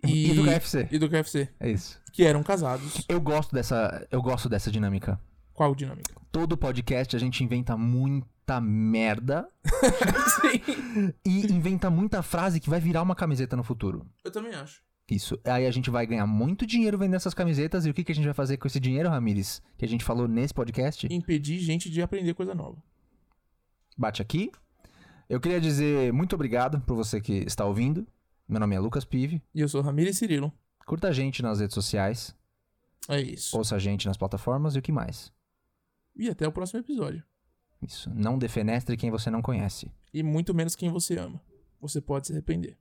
S2: E, do KFC.
S1: E do KFC.
S2: É isso.
S1: Que eram casados
S2: Eu gosto dessa, eu gosto dessa dinâmica.
S1: Qual dinâmica?
S2: Todo podcast a gente inventa muita merda
S1: Sim.
S2: e inventa muita frase que vai virar uma camiseta no futuro.
S1: Eu também acho.
S2: Isso. Aí a gente vai ganhar muito dinheiro vendendo essas camisetas. E o que, que a gente vai fazer com esse dinheiro, Ramires? Que a gente falou nesse podcast?
S1: Impedir gente de aprender coisa nova.
S2: Bate aqui. Eu queria dizer muito obrigado por você que está ouvindo. Meu nome é Lucas Pive.
S1: E eu sou Ramiro e Cirilo.
S2: Curta a gente nas redes sociais.
S1: É isso.
S2: Ouça a gente nas plataformas e o que mais.
S1: E até o próximo episódio.
S2: Isso. Não defenestre quem você não conhece.
S1: E muito menos quem você ama. Você pode se arrepender.